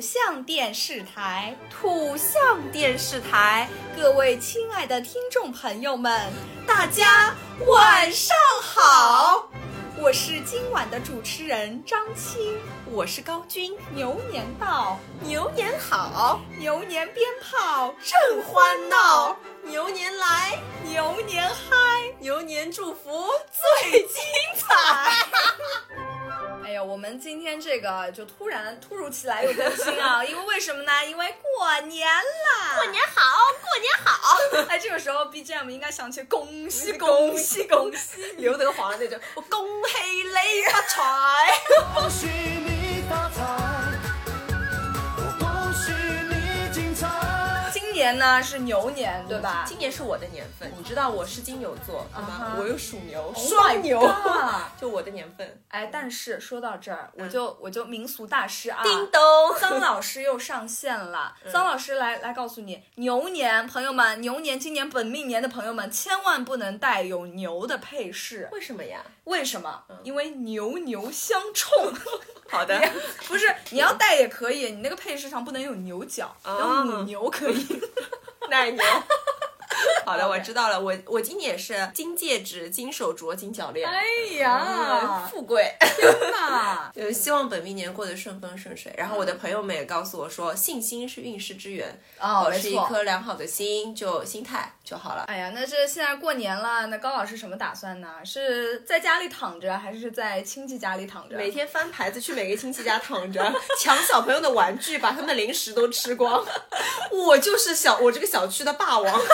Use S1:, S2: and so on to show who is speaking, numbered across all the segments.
S1: 象电视台，土象电视台，各位亲爱的听众朋友们，大家晚上好！我是今晚的主持人张青，我是高军。牛年到，牛年好，牛年鞭炮正欢闹，牛年来，牛年嗨，牛年祝福最精 彩。哎呀，我们今天这个就突然突如其来又更新 啊，因为为什么呢？因为过年啦！
S2: 过年好，过年好！
S1: 哎，这个时候 BGM 应该响起恭喜
S2: 恭
S1: 恭喜
S2: 喜
S1: 恭喜，
S2: 刘德华的那种，，Oh
S1: 我恭喜你发财！
S3: 恭喜你发财，我恭喜你精彩。
S1: 今年呢是牛年，对吧？
S2: 今年是我的年份，你知道我是金牛座，对
S1: 啊哈
S2: 吗？我又属牛，
S1: my
S2: 双牛
S1: god，
S2: 就我的年份。
S1: 哎，但是说到这儿，我就我就民俗大师啊，
S2: 嗯叮咚，嗯
S1: 张老师又上线了。张老师来来告诉你，牛年朋友们，牛年今年本命年的朋友们，千万不能带有牛的配饰。
S2: 为什么呀？
S1: 为什么？
S2: 嗯
S1: 因为牛牛相冲。
S2: 好的，
S1: 不是，你要戴也可以，你那个配饰上不能有牛角，
S2: 哦
S1: 有母牛可 以。
S2: 奶牛。 好的，
S1: OK
S2: 我知道了。我我今年也是金戒指、金手镯、金脚链，嗯哎富贵。
S1: 天哪！
S2: 呃，希望本命年过得顺风顺水。然后我的朋友们也告诉我说，信心是运势之源，
S1: 哦，
S2: 保
S1: 没
S2: 持一
S1: 错。
S2: 颗良好的心，就心态就好了。
S1: 哎呀，那这现在过年了，那高老师什么打算呢？是在家里躺着，还是在亲戚家里躺着？
S2: 每天翻牌子去每个亲戚家躺着， 抢小朋友的玩具，把他们的零食都吃光。 我就是小我这个小区的霸王。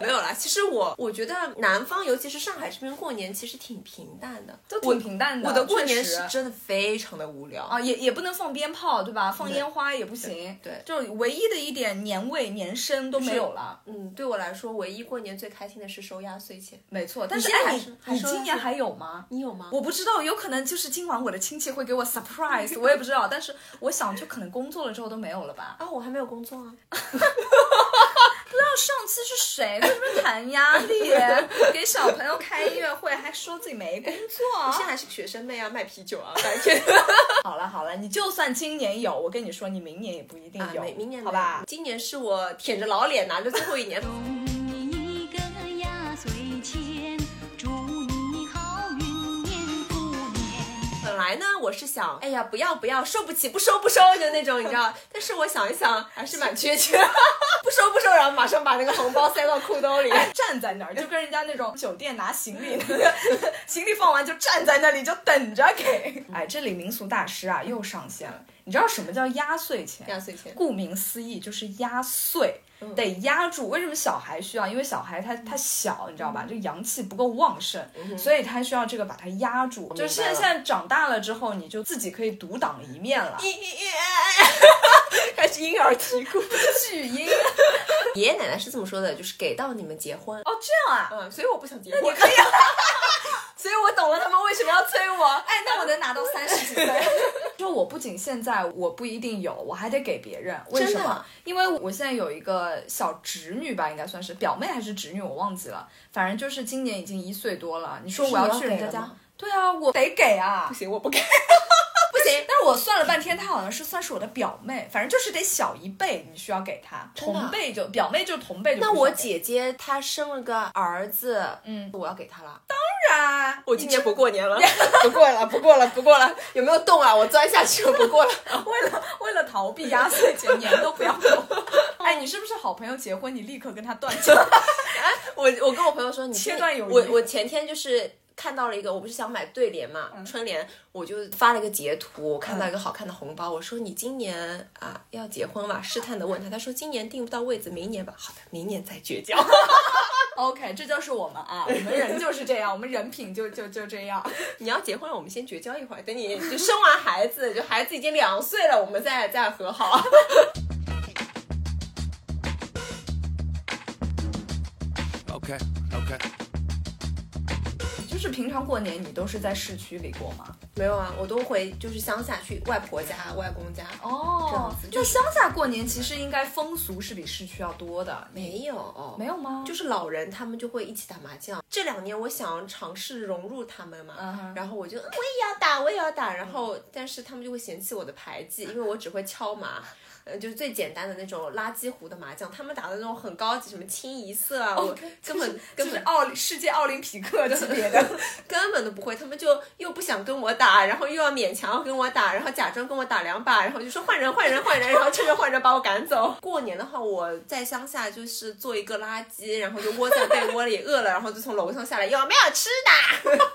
S2: 没有啦，其实我我觉得南方，尤其是上海这边过年，其实挺平淡的。
S1: 都挺平淡的。
S2: 我的过
S1: 确
S2: 年
S1: 实
S2: 是真的非常的无聊。
S1: 啊，也也不能放鞭炮，对吧？放烟花也不行。
S2: 对对
S1: 就是唯一的一点年味、年声都没有了。
S2: 嗯，对我来说，唯一过年最开心的是收压岁钱。
S1: 没错，但是
S2: 你现在
S1: 哎，
S2: 还
S1: 你
S2: 是还
S1: 你
S2: 收到
S1: 今年
S2: 是
S1: 还有吗？
S2: 你有吗？
S1: 我不知道，有可能就是今晚我的亲戚会给我 surprise，我也不知道。但是我想，就可能工作了之后都没有了吧。
S2: 啊，我还没有工作啊。
S1: 那上次是谁在那边谈压 力，给小朋友开音乐会，还说自己没工
S2: 我现
S1: 作？
S2: 在还是个学生妹啊，卖啤酒啊，白天。
S1: 好了好了，你就算今年有，我跟你说，你明年也不一定
S2: 啊，
S1: 有，
S2: 每明年
S1: 好吧？？
S2: 今年是我舔着老脸拿着最后一 年。
S4: 送你一个压岁钱，祝你好运年复年。
S2: 本来呢，我是想，哎呀，不要不要，收不起，不收不收，就那种，你知 道。但是我想一想，还是蛮缺 钱，不收不收，然后马上把那个红包塞到裤 兜里。
S1: 站在那儿，就跟人家那种酒店拿行李， 行李放完就站在那里就等着给。
S2: 嗯
S1: 哎，这里民俗大师啊又上线了。你知道什么叫压岁钱？
S2: 压岁钱
S1: 顾名思义就是压岁，
S2: 嗯
S1: 得压住。为什么小孩需要？因为小孩他他小，你知道吧？
S2: 嗯
S1: 就阳气不够旺盛，所以他需要这个把它压住。就
S2: 白
S1: 现在
S2: 了
S1: 现在长大了之后，你就自己可以独当一面 了。
S2: 开始婴儿啼哭。
S1: 巨婴
S2: 爷爷奶奶是这么说的，就是给到你们结婚。
S1: 哦，这样啊。
S2: 嗯，所以我不想结婚。
S1: 可以、啊。所以我懂了他们为什么要催我。哎，那我能拿到三十几 岁？就我不仅现在我不一定有，我还得给别人。为
S2: 真
S1: 什
S2: 的
S1: 么？因为我现在有一个小侄女吧，应该算是表妹还是侄女，我忘记了。反正就是今年已经一岁多了。你说
S2: 是
S1: 我
S2: 你要
S1: 去人
S2: 给
S1: 家
S2: 了
S1: 家
S2: 吗？
S1: 对啊，我得给啊
S2: 不，行，我不给。
S1: 不行。但是我算了半天，她好像是算是我的表妹，反正就是得小一辈，你需要给她。
S2: 真的啊
S1: 同辈就表妹就是同辈就不需
S2: 那
S1: 要给。
S2: 我姐姐她生了个儿子，
S1: 嗯，
S2: 我要给她了。
S1: 啊，
S2: 我今年不过年了， 不过了，不过了，不过了，有没有动啊？我钻下去了，不过了。
S1: 为了为了逃避压岁钱，年都不要过。 哎，你是不是好朋友结婚，你立刻跟他断交？
S2: 我我跟我朋友说，你
S1: 切
S2: 这
S1: 断友谊
S2: 我我前天就是看到了一个，我不是想买对联嘛，春联，我就发了一个截图，我看到一个好看的红包，我说你今年啊要结婚吧？试探的问他，他说今年订不到位子，明年吧。好的，明年再绝交。
S1: OK，这就是我们啊，我们人就是这样，我们人品就就就这样。
S2: 你要结婚了，我们先绝交一会儿，等你就生完孩子，就孩子已经两岁了，我们再再和好。
S3: OK OK，
S2: 就是
S1: 就是平常过年你都是在市区里过吗？
S2: 没有啊，我都回就是乡下去外婆家、外公家。这
S1: 哦
S2: 样子，就
S1: 那
S2: 是
S1: 乡下过年其实应该风俗是比市区要多的，你
S2: 没有，
S1: 没有吗？
S2: 就是是老人他们就会一起打麻将。这两年我想尝试融入他们嘛，
S1: 嗯哼
S2: 然后我就嗯我也要打，我也要打，然后但是他们就会嫌弃我的牌技，因为我只会敲麻。呃，就是最简单的那种垃圾壶的麻将，他们打的那种很高级，什么清一色啊，我根本根
S1: 就是
S2: 本
S1: 奥世界奥林匹克级别 的，
S2: 根本都不会，他们就又不想跟我打，然后又要勉强要跟我打，然后假装跟我打两把，然后就说换人换人换人，然后趁着换人把我赶走。 过年的话，我在乡下就是做一个垃圾，然后就窝在被窝里，饿了然后就从楼上下来，有没有吃的？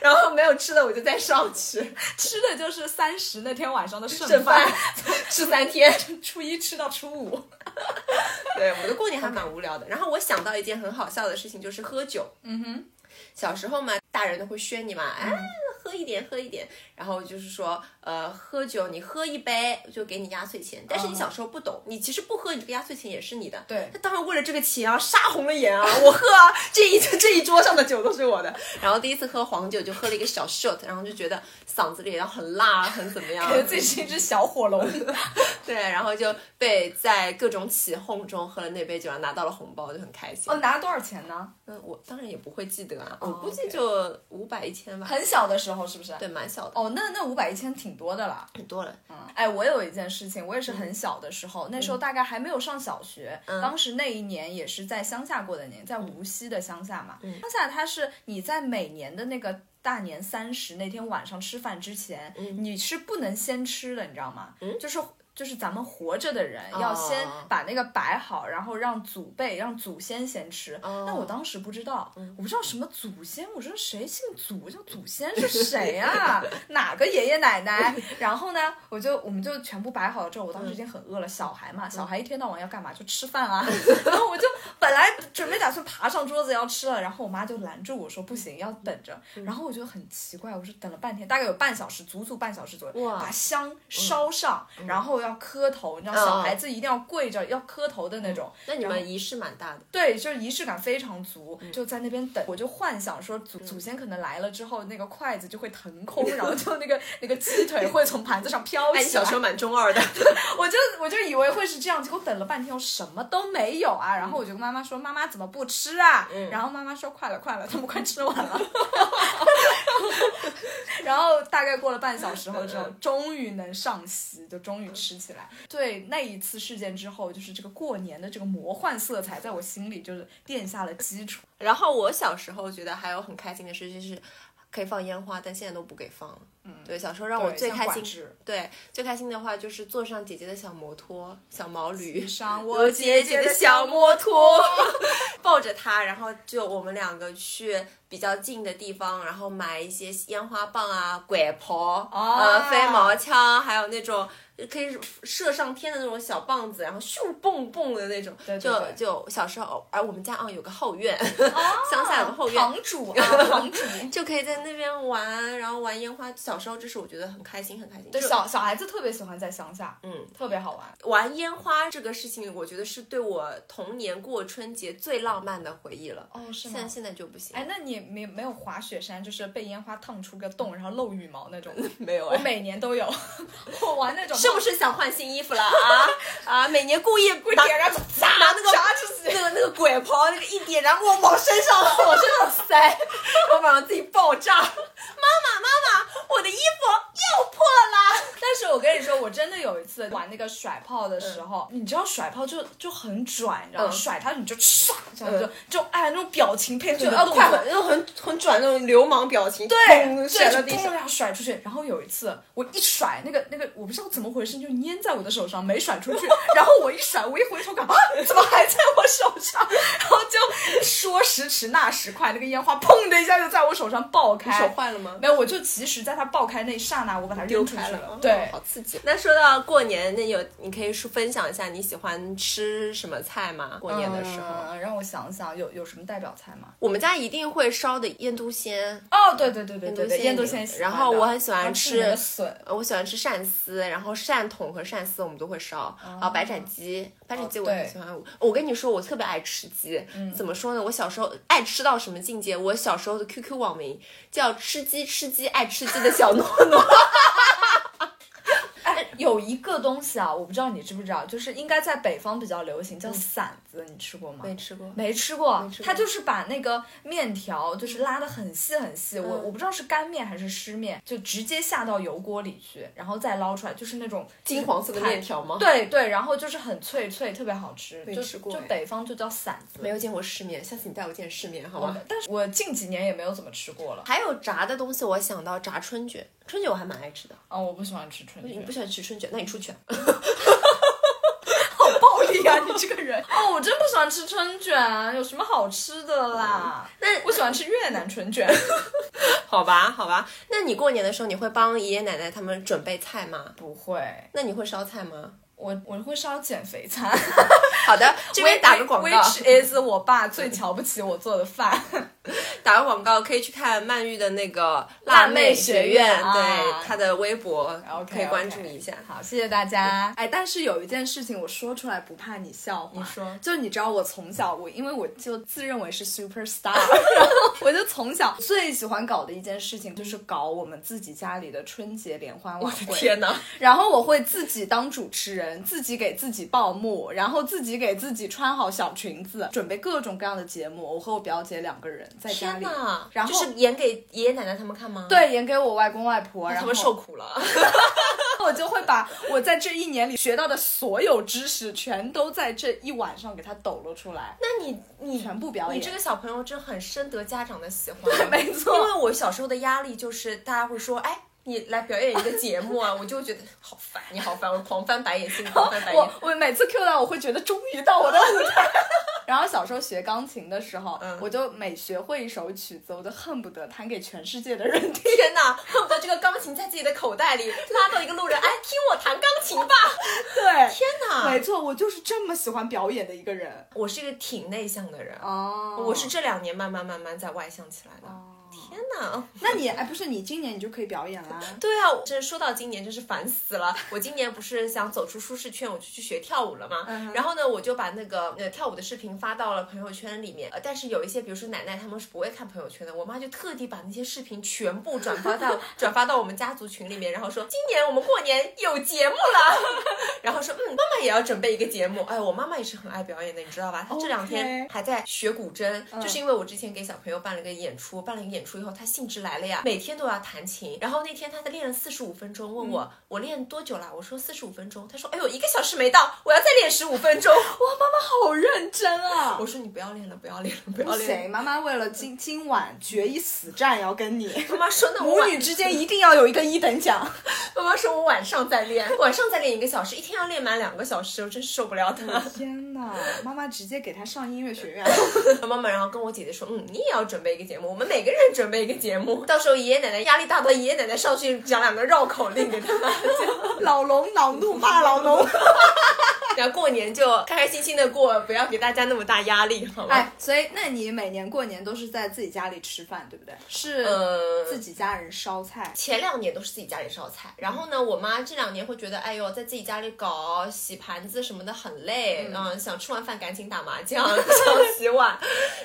S2: 然后没有吃的我就再上去
S1: 吃的就是三十那天晚上的
S2: 剩
S1: 剩
S2: 饭
S1: 饭，，
S2: 吃三天。
S1: 初一吃到初五。
S2: 对，我的过年还蛮无聊的。然后我想到一件很好笑的事情，就是喝酒。
S1: 嗯哼，嗯
S2: 小时候嘛，大人都会宣你嘛，啊，喝一点，喝一点。然后就是说，呃，喝酒你喝一杯就给你压岁钱，但是你
S1: 嗯
S2: 小时候不懂，你其实不喝，你这个压岁钱也是你的。
S1: 对
S2: 他当然为了这个钱啊，杀红了眼啊，我喝啊，这一这一桌上的酒都是我的。然后第一次喝黄酒，就喝了一个小 shot，然后就觉得嗓子里要很辣，啊很怎么样
S1: 觉，得自己是一只小火龙。
S2: 对，然后就被在各种起哄中喝了那杯酒，然后拿到了红包，就很开心
S1: 哦，。拿了多少钱呢？
S2: 嗯，我当然也不会记得啊，
S1: 哦
S2: 我估计
S1: OK
S2: 就五百一千吧。
S1: 很小的时候是不是？
S2: 对，。蛮小的，
S1: 哦，那那五百一千挺多的啦。
S2: 很多了。
S1: 哎，我有一件事情，我也是很小的时候，那时候大概还没有上小学，
S2: 嗯
S1: 当时那一年也是在乡下过的年，在无锡的乡下嘛。
S2: 嗯
S1: 乡下它是你在每年的那个大年三十那天晚上吃饭之前，
S2: 嗯
S1: 你是不能先吃的，你知道吗？就是。就是咱们活着的人要先
S2: 哦
S1: 把那个摆好，然后让祖辈、让祖先先吃。
S2: 哦嗯
S1: 但我当时不知道，我不知道什么祖先，我说谁姓祖叫祖 先是谁啊？哪个爷爷奶奶？ 然后呢，我就我们就全部摆好了之后，我当时已经很饿了，小孩嘛，小孩一天到晚要干嘛？就吃饭啊。
S2: 嗯
S1: 然后我就本来准备打算爬上桌子要吃了，然后我妈就拦住我说不行，要等着。
S2: 嗯
S1: 然后我就很奇怪，我说等了半天，大概有半小时，足足半小时左右，
S2: 哇嗯
S1: 把香烧上，然后要磕头，你知道小孩子一定要跪着要磕头的那种。
S2: 嗯那你
S1: 然后
S2: 们仪式蛮大的，
S1: 对，就是仪式感非常足，
S2: 嗯
S1: 就在那边等。我就幻想说祖祖先可能来了之后，那个筷子就会腾 空，然后就那个那个鸡腿会从盘子上飘
S2: 哎，你
S1: 起来
S2: 小时。候蛮中二 的。
S1: 我就我就以为会是这样，结果等了半天，我什么都没有啊。然后我就跟妈妈说：“妈妈怎么不吃啊？”
S2: 嗯
S1: 然后妈妈说：“快了，快了，他们快吃完 了。”然后大概过了半小时后之后，
S2: 嗯
S1: 终于能上席，就终于吃起来。对那一次事件之后，就是这个过年的这个魔幻色彩，在我心里就是垫下了基础。
S2: 然后我小时候觉得还有很开心的事就是。可以放烟花，但现在都不给放了。嗯，对，小时候让我
S1: 对
S2: 最
S1: 像
S2: 开
S1: 管
S2: 心
S1: 制，
S2: 对，最开心的话就是坐上姐姐的小摩托、小毛驴，
S1: 上
S2: 我姐姐的小摩托，抱着它，然后就我们两个去比较近的地方，然后买一些烟花棒啊、鬼婆、
S1: 哦
S2: 呃飞毛枪，还有那种可以射上天的那种小棒子，然后咻蹦蹦的那种。
S1: 对对对哦
S2: 就就小时候，哎，我们家啊有个后院，乡下有个后院。
S1: 堂主 啊，堂主。
S2: 就可以在那边玩，然后玩烟花。小时候这是我觉得很开心，很开心。
S1: 对
S2: 就
S1: 小小孩子特别喜欢在乡下，
S2: 嗯，
S1: 特别好玩。
S2: 玩烟花这个事情，我觉得是对我童年过春节最浪漫的回忆了。
S1: 哦，是
S2: 现在现在就不行，
S1: 哎，那你没没有滑雪山，就是被烟花烫出个洞，然后露羽毛那种？
S2: 没有哎
S1: 我每年 都有，我玩那种
S2: 是不是想换新衣服了 啊啊！每年故意
S1: 跪
S2: 拿
S1: 点燃，砸
S2: 拿那个
S1: 砸自己
S2: 那，个那个鬼袍，那个一点燃，我往身 上往身上塞， 然后让自己爆炸。妈妈妈妈，我的衣服又破了。
S1: 但是我跟你说，我真的有一次玩那个甩炮的时候，你知道甩炮就就很拽，你知道吗？
S2: 嗯
S1: 甩它你就唰，这样就、
S2: 嗯
S1: 就哎那种表情啊配合
S2: 就
S1: 你的
S2: 要
S1: 动
S2: 快
S1: 作
S2: 很，那种很很转那种流氓表情，
S1: 对，
S2: 砰
S1: 对
S2: 甩
S1: 就
S2: 到地
S1: 砰
S2: 上。
S1: 这样甩出去。然后有一次，我一甩那个那个，我不知道怎么回事，就粘在我的手上，没甩出去。然后我一甩，我一回头看，啊，怎么还在我手上？ 然后就说时迟那时快，那个烟花砰的一下就在我手上爆开。
S2: 坏了吗？
S1: 没有，我就其实在它爆开那一刹那，我把它
S2: 丢
S1: 扔出
S2: 开
S1: 去哦
S2: 了，
S1: 对，
S2: 好刺激。那说到过年，那有你可以说分享一下你喜欢吃什么菜吗？过年的时候，
S5: 嗯让我想想，有有什么代表菜吗？
S2: 我们家一定会烧的腌肚鲜。
S5: 哦，对对对对对对，
S2: 腌
S5: 腌
S2: 笃
S5: 笃鲜
S2: 鲜牛
S5: 喜欢的。
S2: 然后我很喜欢
S5: 然后
S2: 吃
S5: 吃你的笋，
S2: 呃，我喜欢吃鳝丝，然后鳝筒和鳝丝我们都会烧，然后白斩鸡，白斩鸡我很
S5: 对
S2: 喜欢。我跟你说，我特别爱吃鸡，怎么说呢？我小时候爱吃到什么境界？我小时候的 QQ 网名叫“吃鸡吃鸡爱吃鸡”的小诺诺。
S5: 哎，有一个东西啊，我不知道你知不知道，就是应该在北方比较流行，叫馓子，你吃过吗？
S2: 嗯吃过
S5: 没吃过
S2: 没吃，过
S5: 它就是把那个面条就是拉的很细很细，我
S2: 嗯
S5: 我不知道是干面还是湿面，就直接下到油锅里去，然后再捞出来，就是那种
S2: 金黄色的面条吗？，
S5: 对对，然后就是很脆脆，特别好吃，
S2: 没
S5: 就
S2: 吃过
S5: 就
S2: 哎
S5: 北方就叫馓子。
S2: 没有见过世面，下次你带我见世面好吗？
S5: 但是我近几年也没有怎么吃过了。
S2: 还有炸的东西，我想到炸春卷，春卷我还蛮爱吃的。
S5: 啊、我不喜欢吃春
S2: 你
S5: 卷
S2: 不。喜欢吃春卷，那你出去啊。
S5: 暴力啊，你这个人！ 哦，我真不喜欢吃春
S1: 啊
S5: 卷，有什么好吃的啦？
S2: 嗯那
S5: 我喜欢吃越南春 卷。
S2: 好吧，好吧，那你过年的时候你会帮爷爷奶奶他们准备菜吗？
S5: 不会，
S2: 那你会烧菜吗？
S5: 我我会烧减肥 餐。
S2: 好的，这边打个广告，
S5: ，which is 我爸最瞧不起我做的饭。
S2: 打个广告可以去看曼玉的那个
S5: 辣
S2: 妹
S5: 妹
S2: 学
S5: 学
S2: 院，
S5: 院啊
S2: 对她的微博
S5: OK，
S2: 可以关注一下。嗯
S5: 好，谢谢大家。
S1: 哎，但是有一件事情我说出来不怕你笑话，
S5: 你说
S1: 就你知道我从小我因为我就自认为是 super star，然后我就从小最喜欢搞的一件事情就是搞我们自己家里的春节联欢晚会。
S2: 哪！
S1: 然后我会自己当主持人，自己给自己报幕，然后自己给自己穿好小裙子，准备各种各样的节目。我和我表姐两个人在家里
S2: 天哪，！
S1: 然后、
S2: 就是演给爷爷奶奶他们看吗？，
S1: 对演给我外公外婆，然
S2: 他
S1: 后
S2: 们受苦了。
S1: 我就会把我在这一年里学到的所有知识，全都在这一晚上给它抖落出来，
S2: 那你你
S1: 全部表
S2: 你
S1: 演。
S2: 这个小朋友真很深得家长的喜 欢，啊
S1: 没错
S2: 因为我小时候的压力就是大家会说，哎，你来表演一个节目 啊，我就觉得好烦，你好烦，我狂翻白眼，心里狂翻白眼
S1: 我。我每次 Q 到，我会觉得终于到我的舞台。 然后小时候学钢琴的时候，
S2: 嗯
S1: 我就每学会一首曲子，我就恨不得弹给全世界的人听。
S2: 天哪，恨不得这个钢琴在自己的口 袋里，拉到一个路人，哎，听我弹钢琴吧！
S1: 对，
S2: 天哪，
S1: 没错，我就是这么喜欢表演的一个人。
S2: 我是一个挺内向的人，啊
S1: 哦
S2: 我是这两年慢慢慢慢在外向起来的。天哪！
S1: 那你哎，不是你今年你就可以表演啦。
S2: 对啊，我真说到今年真是烦死了。我今年不是想走出舒适圈，我就去学跳舞了嘛。然后呢，我就把那个呃跳舞的视频发到了朋友圈里面。呃但是有一些，比如说奶奶他们是不会看朋友圈的，我妈就特地把那些视频全部转发到转发到我们家族群里面，然后说今年我们过年有节目了，然后说嗯，妈妈也要准备一个节目。哎，我妈妈也是很爱表演的，你知道吧？她这两天
S1: OK 嗯
S2: 还在学古筝，就是因为我之前给小朋友办了个演出，办了一个演出以后，他兴致来了呀，每天都要弹琴。然后那天他在练了四十五分钟，问
S1: 嗯
S2: 我、我练多久了？我说四十五分钟。他说哎呦，一个小时没到，我要再练十五分钟。
S1: 好认真啊！
S2: 我说你不要练了，不要练了，不要
S1: 不行，
S2: 练了。
S1: 妈妈为了今今晚决一死战要跟你。
S2: 妈妈说那我
S1: 母
S2: 晚
S1: 女之间一定要有一个一等奖。
S2: 妈妈说我晚上再练，晚上再练一个小时，一天要练满两个小时，我真是受不了她。
S1: 天哪，妈妈直接给他上音乐学院。
S2: 妈妈，然后跟我姐姐说，嗯，你也要准备一个节目，我们每个人准备一个节目，到时候爷爷奶奶压力大到爷爷奶奶上去讲两个绕口令给他们，
S1: 老龙恼怒骂老 龙。
S2: 然后过年就开开心心的过，不要给大家那么大压力，好吗？
S1: 哎，所以那你每年过年都是在自己家里吃饭，对不对？是
S2: 呃
S1: 自己家人烧菜。
S2: 前两年都是自己家里烧菜，然后呢，我妈这两年会觉得，哎呦，在自己家里搞洗盘子什么的很累，嗯，想吃完饭赶紧打 麻将，想洗碗，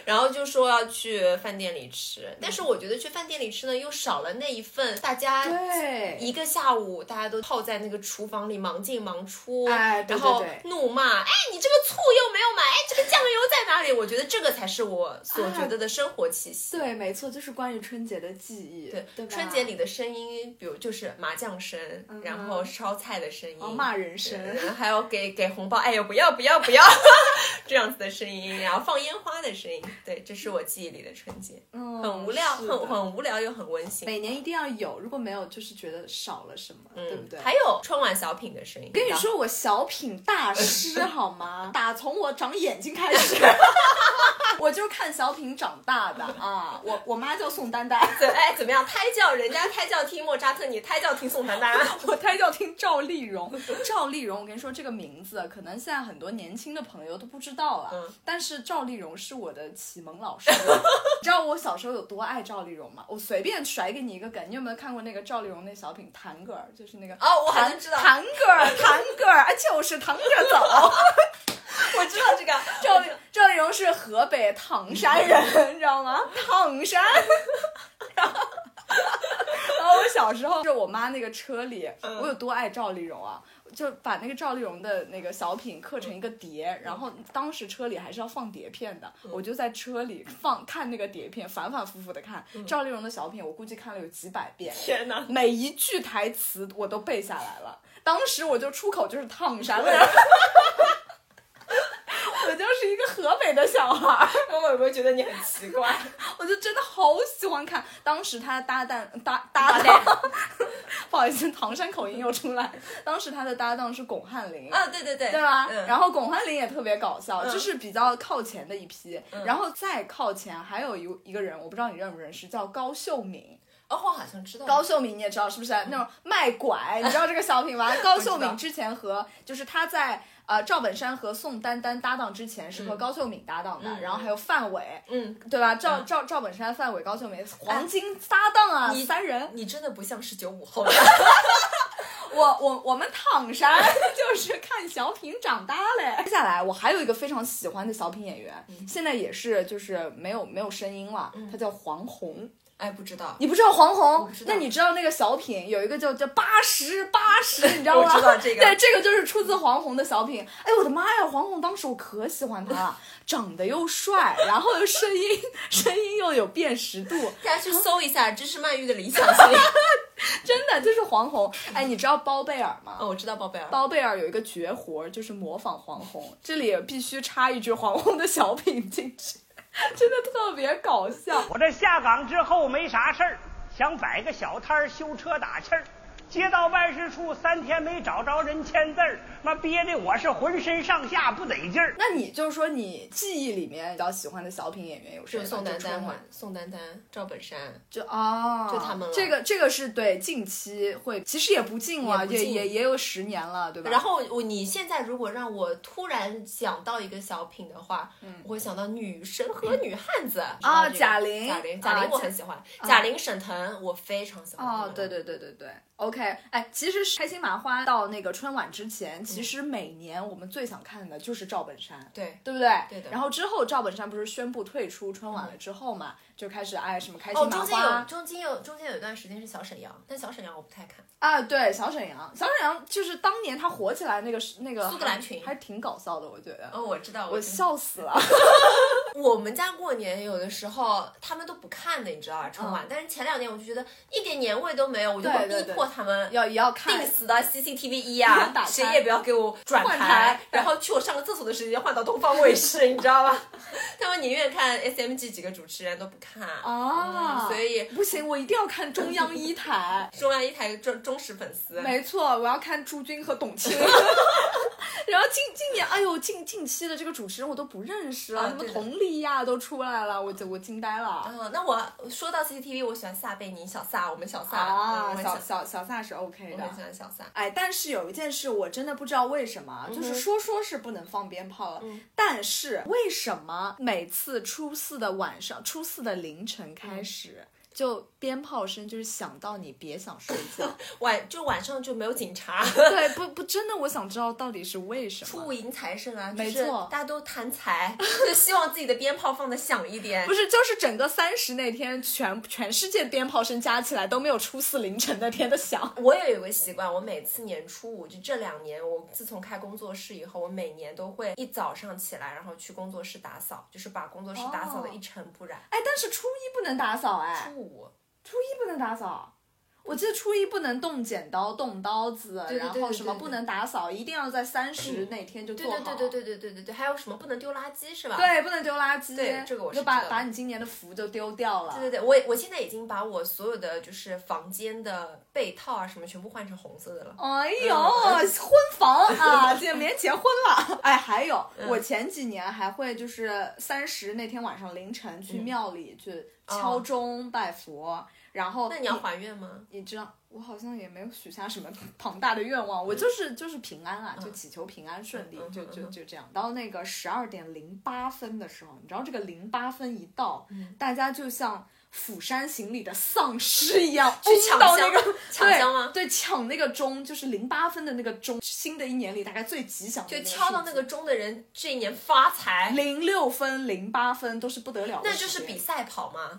S2: 然后就说要去饭店里吃。
S1: 嗯
S2: 但是我觉得去饭店里吃呢，又少了那一份大家
S1: 对，
S2: 一个下午大家都泡在那个厨房里忙进忙出，
S1: 哎对
S2: 然后
S1: 对对
S2: 怒骂，哎，你这个醋又没有买，哎，这个酱油在哪里？我觉得这个才是我
S1: 啊
S2: 所觉得的生活气息。
S1: 对，没错，就是关于春节的记忆，
S2: 对
S1: 对，吧
S2: 春节里的声音，比如就是麻将声，
S1: 嗯
S2: 然后烧菜的声音，
S1: 哦骂人声，
S2: 对还有给给红包，哎呦不要不要不要 这样子的声音，然后放烟花的声音，对，这是我记忆里的春节，
S1: 嗯
S2: 很无聊，
S1: 是的
S2: 很很无聊又很温馨，
S1: 每年一定要有，如果没有，就是觉得少了什么，对不对？
S2: 嗯还有春晚小品的声音，
S1: 跟你说， 我小品大师好吗？打从我长眼睛开始，我就是看小品长大的啊，我我妈叫宋丹丹，
S2: 怎哎怎么样？胎教人家胎教听莫扎特，你胎教听宋 丹丹。
S1: 我胎教听赵丽蓉， 赵丽蓉，我跟你说这个名字，可能现在很多年轻的朋友都不知道啊。
S2: 嗯
S1: 但是赵丽蓉是我的启蒙老师， 你知道我小时候有多爱赵丽蓉吗？我随便甩给你一个梗，你有没有看过那个赵丽蓉那小品《弹格尔》？就是那个
S2: 哦我好像
S1: 弹
S2: 知道
S1: 弹格尔，弹格尔，啊就是弹着走。
S2: 我知道这个
S1: 赵丽赵丽蓉是河北唐山人，你知道吗？唐山。 然后我小时候，就是我妈那个车里，
S2: 嗯
S1: 我有多爱赵丽蓉啊！就把那个赵丽蓉的那个小品刻成一个
S2: 嗯
S1: 碟，然后当时车里还是要放碟片的，我就在车里放看那个碟片，反反复复的看
S2: 嗯
S1: 赵丽蓉的小品，我估计看了有几百遍。
S2: 天哪！
S1: 每一句台词我都背下来了，当时我就出口就是烫山了。 我就是一个河北的小孩儿，
S2: 妈妈有没有觉得你很奇 怪？
S1: 我就真的好喜欢看。当时他的搭档搭搭档，不好意思，唐山口音又出 来。当时他的搭档是巩汉林，
S2: 啊，对对对，
S1: 对吧？
S2: 嗯
S1: 然后巩汉林也特别搞笑，
S2: 嗯
S1: 就是比较靠前的一批。然后再靠前还有一一个人，我不知道你认不认识，叫高秀敏。
S2: 哦，我好像知道
S1: 高秀敏你也知道是不是那种卖拐？你知道这个小品 吗？高秀敏之前和就是她在呃赵本山和宋丹丹搭档之前是和高秀敏搭档的，
S2: 嗯
S1: 然后还有范伟，
S2: 嗯，
S1: 对吧？赵赵赵本山、范伟、高秀敏黄金搭档啊，
S2: 你
S1: 三人。
S2: 你真的不像是九五后的，
S1: 我我我们唐山就是看小品长大嘞。 嗯接下来我还有一个非常喜欢的小品演员，现在也是就是没有没有声音了，他叫黄宏。
S2: 哎，不知道，
S1: 你不知道黄宏
S2: 不知？道
S1: 那你知道那个小品有一个叫叫八十八 十，你知道吗？
S2: 我知道这个
S1: 对，这个就是出自黄宏的小品。哎，我的妈呀！黄宏当时我可喜欢他了， 长得又帅，然后又声音 声音又有辨识度，
S2: 大家去搜一下知识曼玉的理想型。
S1: 真的就是黄宏。哎，你知道包贝尔吗？
S2: 哦，我知道宝贝儿。
S1: 包贝尔有一个绝活儿，就是模仿黄宏。这里也必须插一句黄宏的小品进去， 真的特别搞笑。
S6: 我这下岗之后没啥事儿，想摆个小摊儿修车打气儿。街道办事处三天没找着人签字儿，妈憋的我是浑身上下不得劲儿。
S1: 那你就说你记忆里面比较喜欢的小品演员有谁
S2: 就
S1: 吧？
S2: 宋丹丹
S1: 嘛
S2: 嘛，，宋丹丹、赵本山，
S1: 就啊，
S2: 就他们了
S1: 这个这个是对近期会，其实也不近了，
S2: 也不
S1: 也
S2: 近
S1: 也也有十年了，对吧？
S2: 然后我你现在如果让我突然想到一个小品的话，我会想到《女神和女汉子》
S1: 嗯啊
S2: 你知道这个
S1: 贾玲
S2: 贾玲，
S1: 啊
S2: 贾玲我
S1: 贾
S2: 很喜欢，贾玲、沈腾我非常喜欢。
S1: 哦，对，对对对对，OK，哎，其实是开心麻花到那个春晚之前，
S2: 嗯
S1: 其实每年我们最想看的就是赵本山，
S2: 对
S1: 对不对？
S2: 对的
S1: 然后之后赵本山不是宣布退出春晚了之后嘛，就开始哎什么开心
S2: 哦，
S1: 麻
S2: 中间
S1: 花、
S2: 有中间有中间有一段时间是小沈阳，但小沈阳我不太看。
S1: 啊，对小沈阳，小沈阳就是当年他火起来那个是那个
S2: 苏格兰群
S1: 还还挺搞笑的，我觉得。
S2: 哦，我知道，
S1: 我
S2: 知道。
S1: 笑死 了，
S2: 我们家过年有的时候他们都不看的，你知道吧？春晚，但是前两年我就觉得一点年味都没有，我就会
S1: 嗯对对对
S2: 逼迫他们
S1: 要也要看
S2: 定死的 CCTV 一啊
S1: 打，开
S2: 谁也不要给我转
S1: 换
S2: 台
S1: 台，
S2: 然后去我上个厕所的时间换到东方卫视，你知道吧？ 他们宁愿看 SMG 几个主持人都不看
S1: 啊、
S2: 嗯所以
S1: 不行，我一定要看中央一 台。
S2: 中央一台忠忠实粉丝，
S1: 没错，我要看朱军和董 卿。 然后近近年，哎呦，近近期的这个主持人我都不认识了，
S2: 啊
S1: 什么
S2: 对的
S1: 佟丽娅都出来了，我就我惊呆了。
S2: 嗯，那我说到 CCTV，我喜欢撒贝宁、小撒，我们小撒，嗯我
S1: 啊，
S2: 很
S1: 小
S2: 小，
S1: 小小萨是 OK
S2: 我很喜
S1: 的。
S2: 欢小撒。
S1: 哎，但是有一件事我真的不知道为什么，
S2: 嗯
S1: 就是说说是不能放鞭炮了，但是为什么每次初四的晚上、初四的凌晨开
S2: 嗯
S1: 始，就鞭炮声就是响到你别想睡觉，
S2: 晚就晚上就没有警察，
S1: 对，不不，真的我想知道到底是为什
S2: 出
S1: 么。
S2: 迎财神啊，
S1: 没
S2: 就是
S1: 错
S2: 大家都贪财，就希望自己的鞭炮放的响一点
S1: 不。是，就是整个三十那天，全全世界鞭炮声加起来都没有初四凌晨那天的响。
S2: 我也有个习惯，我每次年初五，就这两年，我自从开工作室以后，我每年都会一早上起来，然后去工作室打扫，就是把工作室打扫的一尘不染。
S1: 哎，但是初一不能打扫，哎，
S2: 初五，
S1: 初一不能打扫。我记得初一不能动剪刀、动刀子，
S2: 对对对对
S1: 然后什么
S2: 对对嗯
S1: 不能打扫，一定要在三十那天就
S2: 对
S1: 做好。
S2: 对对对对对对对对，还有什么不能丢垃圾是吧？
S1: 对不能丢垃圾。
S2: 对这个我是
S1: 就把
S2: 知道的
S1: 把你今年的福就丢掉了。
S2: 对对对，我我现在已经把我所有的就是房间的被套啊什么全部换成红色的了。
S1: 哎呦，
S2: 嗯
S1: 婚房啊， 这连结婚了。哎，还有，
S2: 嗯
S1: 我前几年还会就是三十那天晚上凌晨
S2: 嗯
S1: 去庙里去敲钟拜佛，然后
S2: 哦那你要还愿吗？
S1: 你知道，我好像也没有许下什么 庞大的愿望，我就是就是平安啊，就祈求平安顺利
S2: 嗯嗯，嗯
S1: 就
S2: 嗯
S1: 就
S2: 嗯
S1: 就这样。到那个十二点零八分的时候，你知道这个零八分一到，
S2: 嗯
S1: 大家就像。釜山行里的丧尸一样
S2: 去哦
S1: 嗡
S2: 抢
S1: 到那
S2: 香
S1: 个
S2: 抢
S1: 对
S2: 香吗
S1: 对，抢那个钟，就是零八分的那个钟，新的一年里大概最吉祥的
S2: 就
S1: 那个数字。
S2: 敲到那个钟的人这一年发财，
S1: 零六分、零八分都是不得了的
S2: 那
S1: 时间，
S2: 就是比赛跑嘛。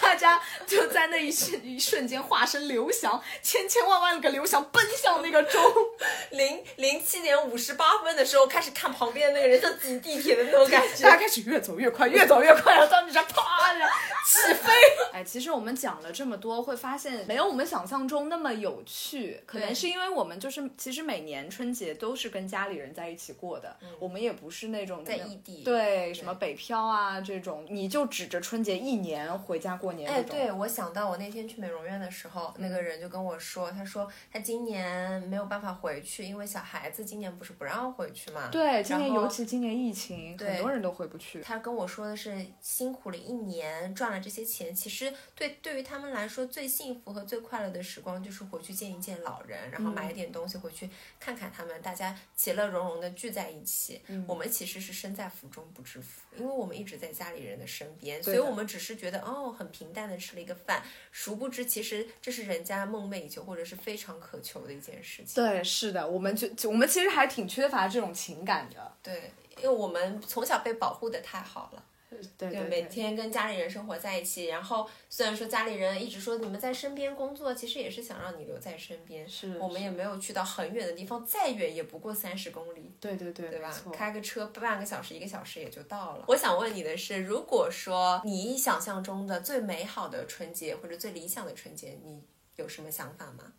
S1: 大家就在那一瞬一瞬间化身刘翔，千千万万个刘翔奔向那个钟。
S2: 零零七点五十八分的时候开始看旁边的那个人像挤地铁的那种感
S1: 大家
S2: 觉。
S1: 开始越走越快，越走越快，然后到你这啪着起飞。 哎，其实我们讲了这么多，会发现没有我们想象中那么有趣，可能
S2: 对
S1: 是因为我们就是其实每年春节都是跟家里人在一起过的，我们也不是那种
S2: 在异地
S1: 嗯对什么北漂啊这种，你就指着春节一年回家过年
S2: 哎，
S1: 那种。
S2: 对，我想到我那天去美容院的时候，那个人就跟我说，他说他今年没有办法回去，因为小孩子今年不是不让回去嘛。
S1: 对，今年
S2: 然后
S1: 尤其今年疫情，
S2: 对
S1: 很多人都回不去。
S2: 他跟我说的是辛苦了一年，赚了这些钱，其实对对于他们来说，最幸福和最快乐的时光就是回去见一见老人，然后买一点东西回去看看他们，大家其乐融融的聚在一起。我们其实是身在福中不知福，因为我们一直在家里人的身边，所以
S1: 的
S2: 我们只是觉得哦，很平淡的吃了一个饭，殊不知其实这是人家梦寐以求或者是非常渴求的一件事情。
S1: 对，是的，我们就就我们其实还挺缺乏这种情感的。
S2: 对，因为我们从小被保护的太好了。
S1: 呃对
S2: 对，
S1: 对，
S2: 每天跟家里人生活在一起，然后虽然说家里人一直说你们在身边工作，其实也是想让你留在身边。
S1: 是
S2: 我们
S1: 是
S2: 也没有去到很远的地方，再远也不过三十公里，
S1: 对对对，
S2: 对吧
S1: 没错？
S2: 开个车半个小时、一个小时也就到了。我想问你的是，如果说你想象中的最美好的春节或者最理想的春节，你有什么想法吗？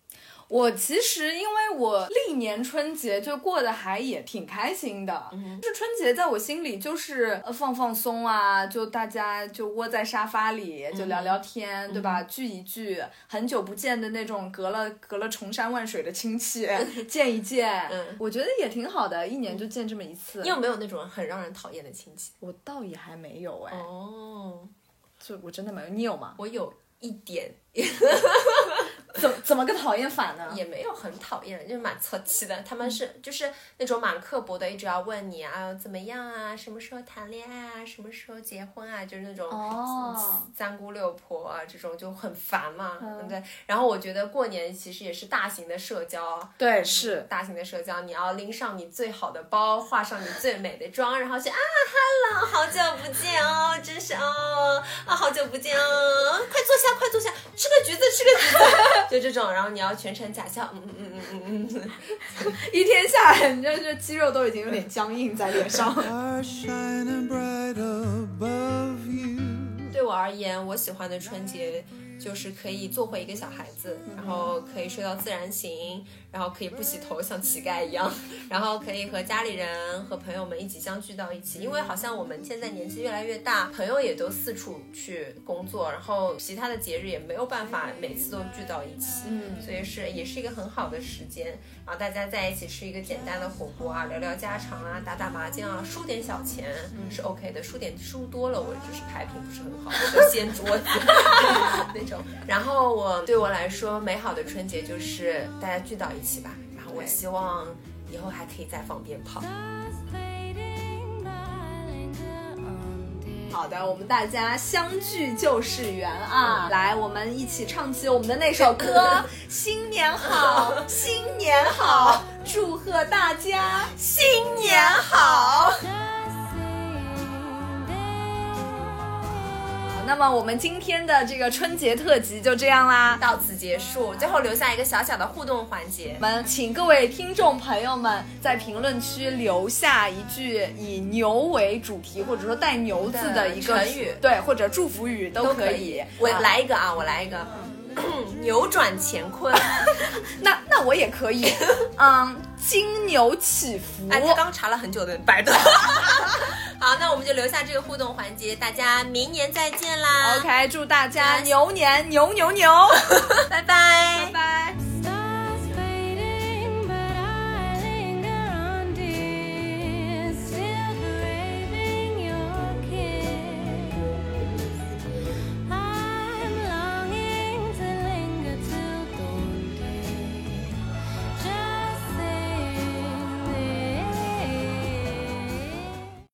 S1: 我其实因为我历年春节就过得还也挺开心的，就是春节在我心里就是呃放放松啊，就大家就窝在沙发里就聊聊天，对吧？聚一聚，很久不见的那种隔了隔了重山万水的亲戚见一见，
S2: 嗯
S1: 我觉得也挺好的，一年就见这么一次。
S2: 你有没有那种很让人讨厌的亲戚？
S1: 我倒也还没有哎，
S2: 哦，
S1: 就我真的没有，你有吗？
S2: 我有一点，
S1: 怎么怎么个讨厌法呢？
S2: 也没有很讨厌，就是蛮凑齐的。他们是
S1: 嗯
S2: 就是那种蛮刻薄的，一直要问你啊怎么样啊，什么时候谈恋爱啊，什么时候结婚啊，就是那种
S1: 哦
S2: 三姑六婆啊这种就很烦嘛，
S1: 嗯
S2: 对。然后我觉得过年其实也是大型的社交。
S1: 对，是
S2: 大型的社交，你要拎上你最好的包，化上你最美的妆，然后去啊，hello，好久不见哦，真是哦，啊，好久不见哦，快坐下，快坐下，吃个橘子，吃个橘子， 就这种，然后你要全程假笑，嗯嗯嗯嗯嗯嗯。
S1: 一天下来，你这这肌肉都已经有点僵硬在脸上。
S3: Stars shining bright above you.
S2: 对我而言，我喜欢的春节就是可以做回一个小孩子，然后可以睡到自然醒，然后可以不洗头像乞丐一样，然后可以和家里人和朋友们一起相聚到一起。因为好像我们现在年纪越来越大，朋友也都四处去工作，然后其他的节日也没有办法每次都聚到一起，嗯，所以是也是一个很好的时间。然后啊大家在一起吃一个简单的火锅啊，聊聊家常啊，打打麻将啊，输点小钱
S1: 嗯
S2: 是 OK 的，输点输多了我就是牌品不是很好，我就掀桌子 那种。然后我对我来说，美好的春节就是大家聚到一起吧。然后我希望以后还可以再放鞭炮。
S1: 好的，我们大家相聚就是缘啊！来，我们一起唱起我们的那首歌：新年好， 新年 好，祝贺大家新年好。那么我们今天的这个春节特辑就这样啦。
S2: 到此结束，最后留下一个小小的互动环节
S1: 我。们请各位听众朋友们在评论区留下一句以牛为主题，或者说带牛字的一个
S2: 成语
S1: 对，或者祝福语都
S2: 都
S1: 可
S2: 可
S1: 以。
S2: 我
S1: 啊
S2: 来一个啊，我来一个。 扭转乾坤。
S1: 那那我也可 以，嗯，金牛祈福。
S2: 哎，他刚查了很久的 百度。好，那我们就留下这个互动环节，大家明年再见啦。
S1: OK，祝大家牛年牛牛牛！